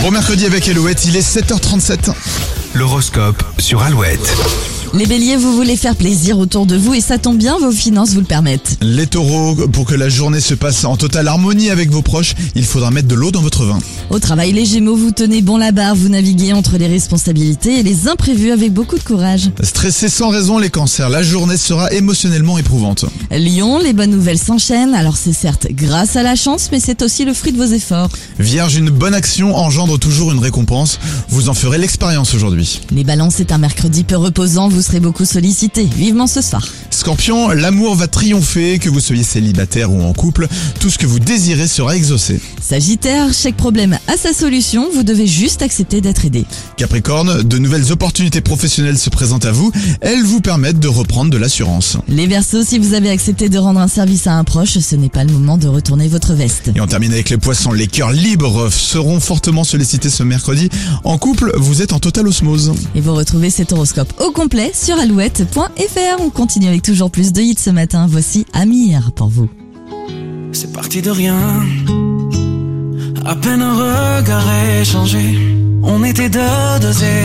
Bon mercredi avec Alouette, il est 7h37. L'horoscope sur Alouette. Les béliers, vous voulez faire plaisir autour de vous et ça tombe bien, vos finances vous le permettent. Les taureaux, pour que la journée se passe en totale harmonie avec vos proches, il faudra mettre de l'eau dans votre vin. Au travail, les gémeaux, vous tenez bon la barre, vous naviguez entre les responsabilités et les imprévus avec beaucoup de courage. Stressés sans raison les cancers, la journée sera émotionnellement éprouvante. Lyon, les bonnes nouvelles s'enchaînent, alors c'est certes grâce à la chance, mais c'est aussi le fruit de vos efforts. Vierge, une bonne action engendre toujours une récompense, vous en ferez l'expérience aujourd'hui. Les balances, c'est un mercredi peu reposant, vous serez beaucoup sollicité, vivement ce soir. Scorpion, l'amour va triompher, que vous soyez célibataire ou en couple, tout ce que vous désirez sera exaucé. Sagittaire, chaque problème a sa solution, vous devez juste accepter d'être aidé. Capricorne, de nouvelles opportunités professionnelles se présentent à vous, elles vous permettent de reprendre de l'assurance. Les versos, si vous avez accepté de rendre un service à un proche, ce n'est pas le moment de retourner votre veste. Et on termine avec les poissons, les cœurs libres seront fortement sollicités ce mercredi. En couple, vous êtes en totale osmose. Et vous retrouvez cet horoscope au complet sur alouette.fr. On continue avec toujours plus de hits ce matin. Voici Amir pour vous. C'est parti de rien. À peine un regard échangé. On était deux, deux et-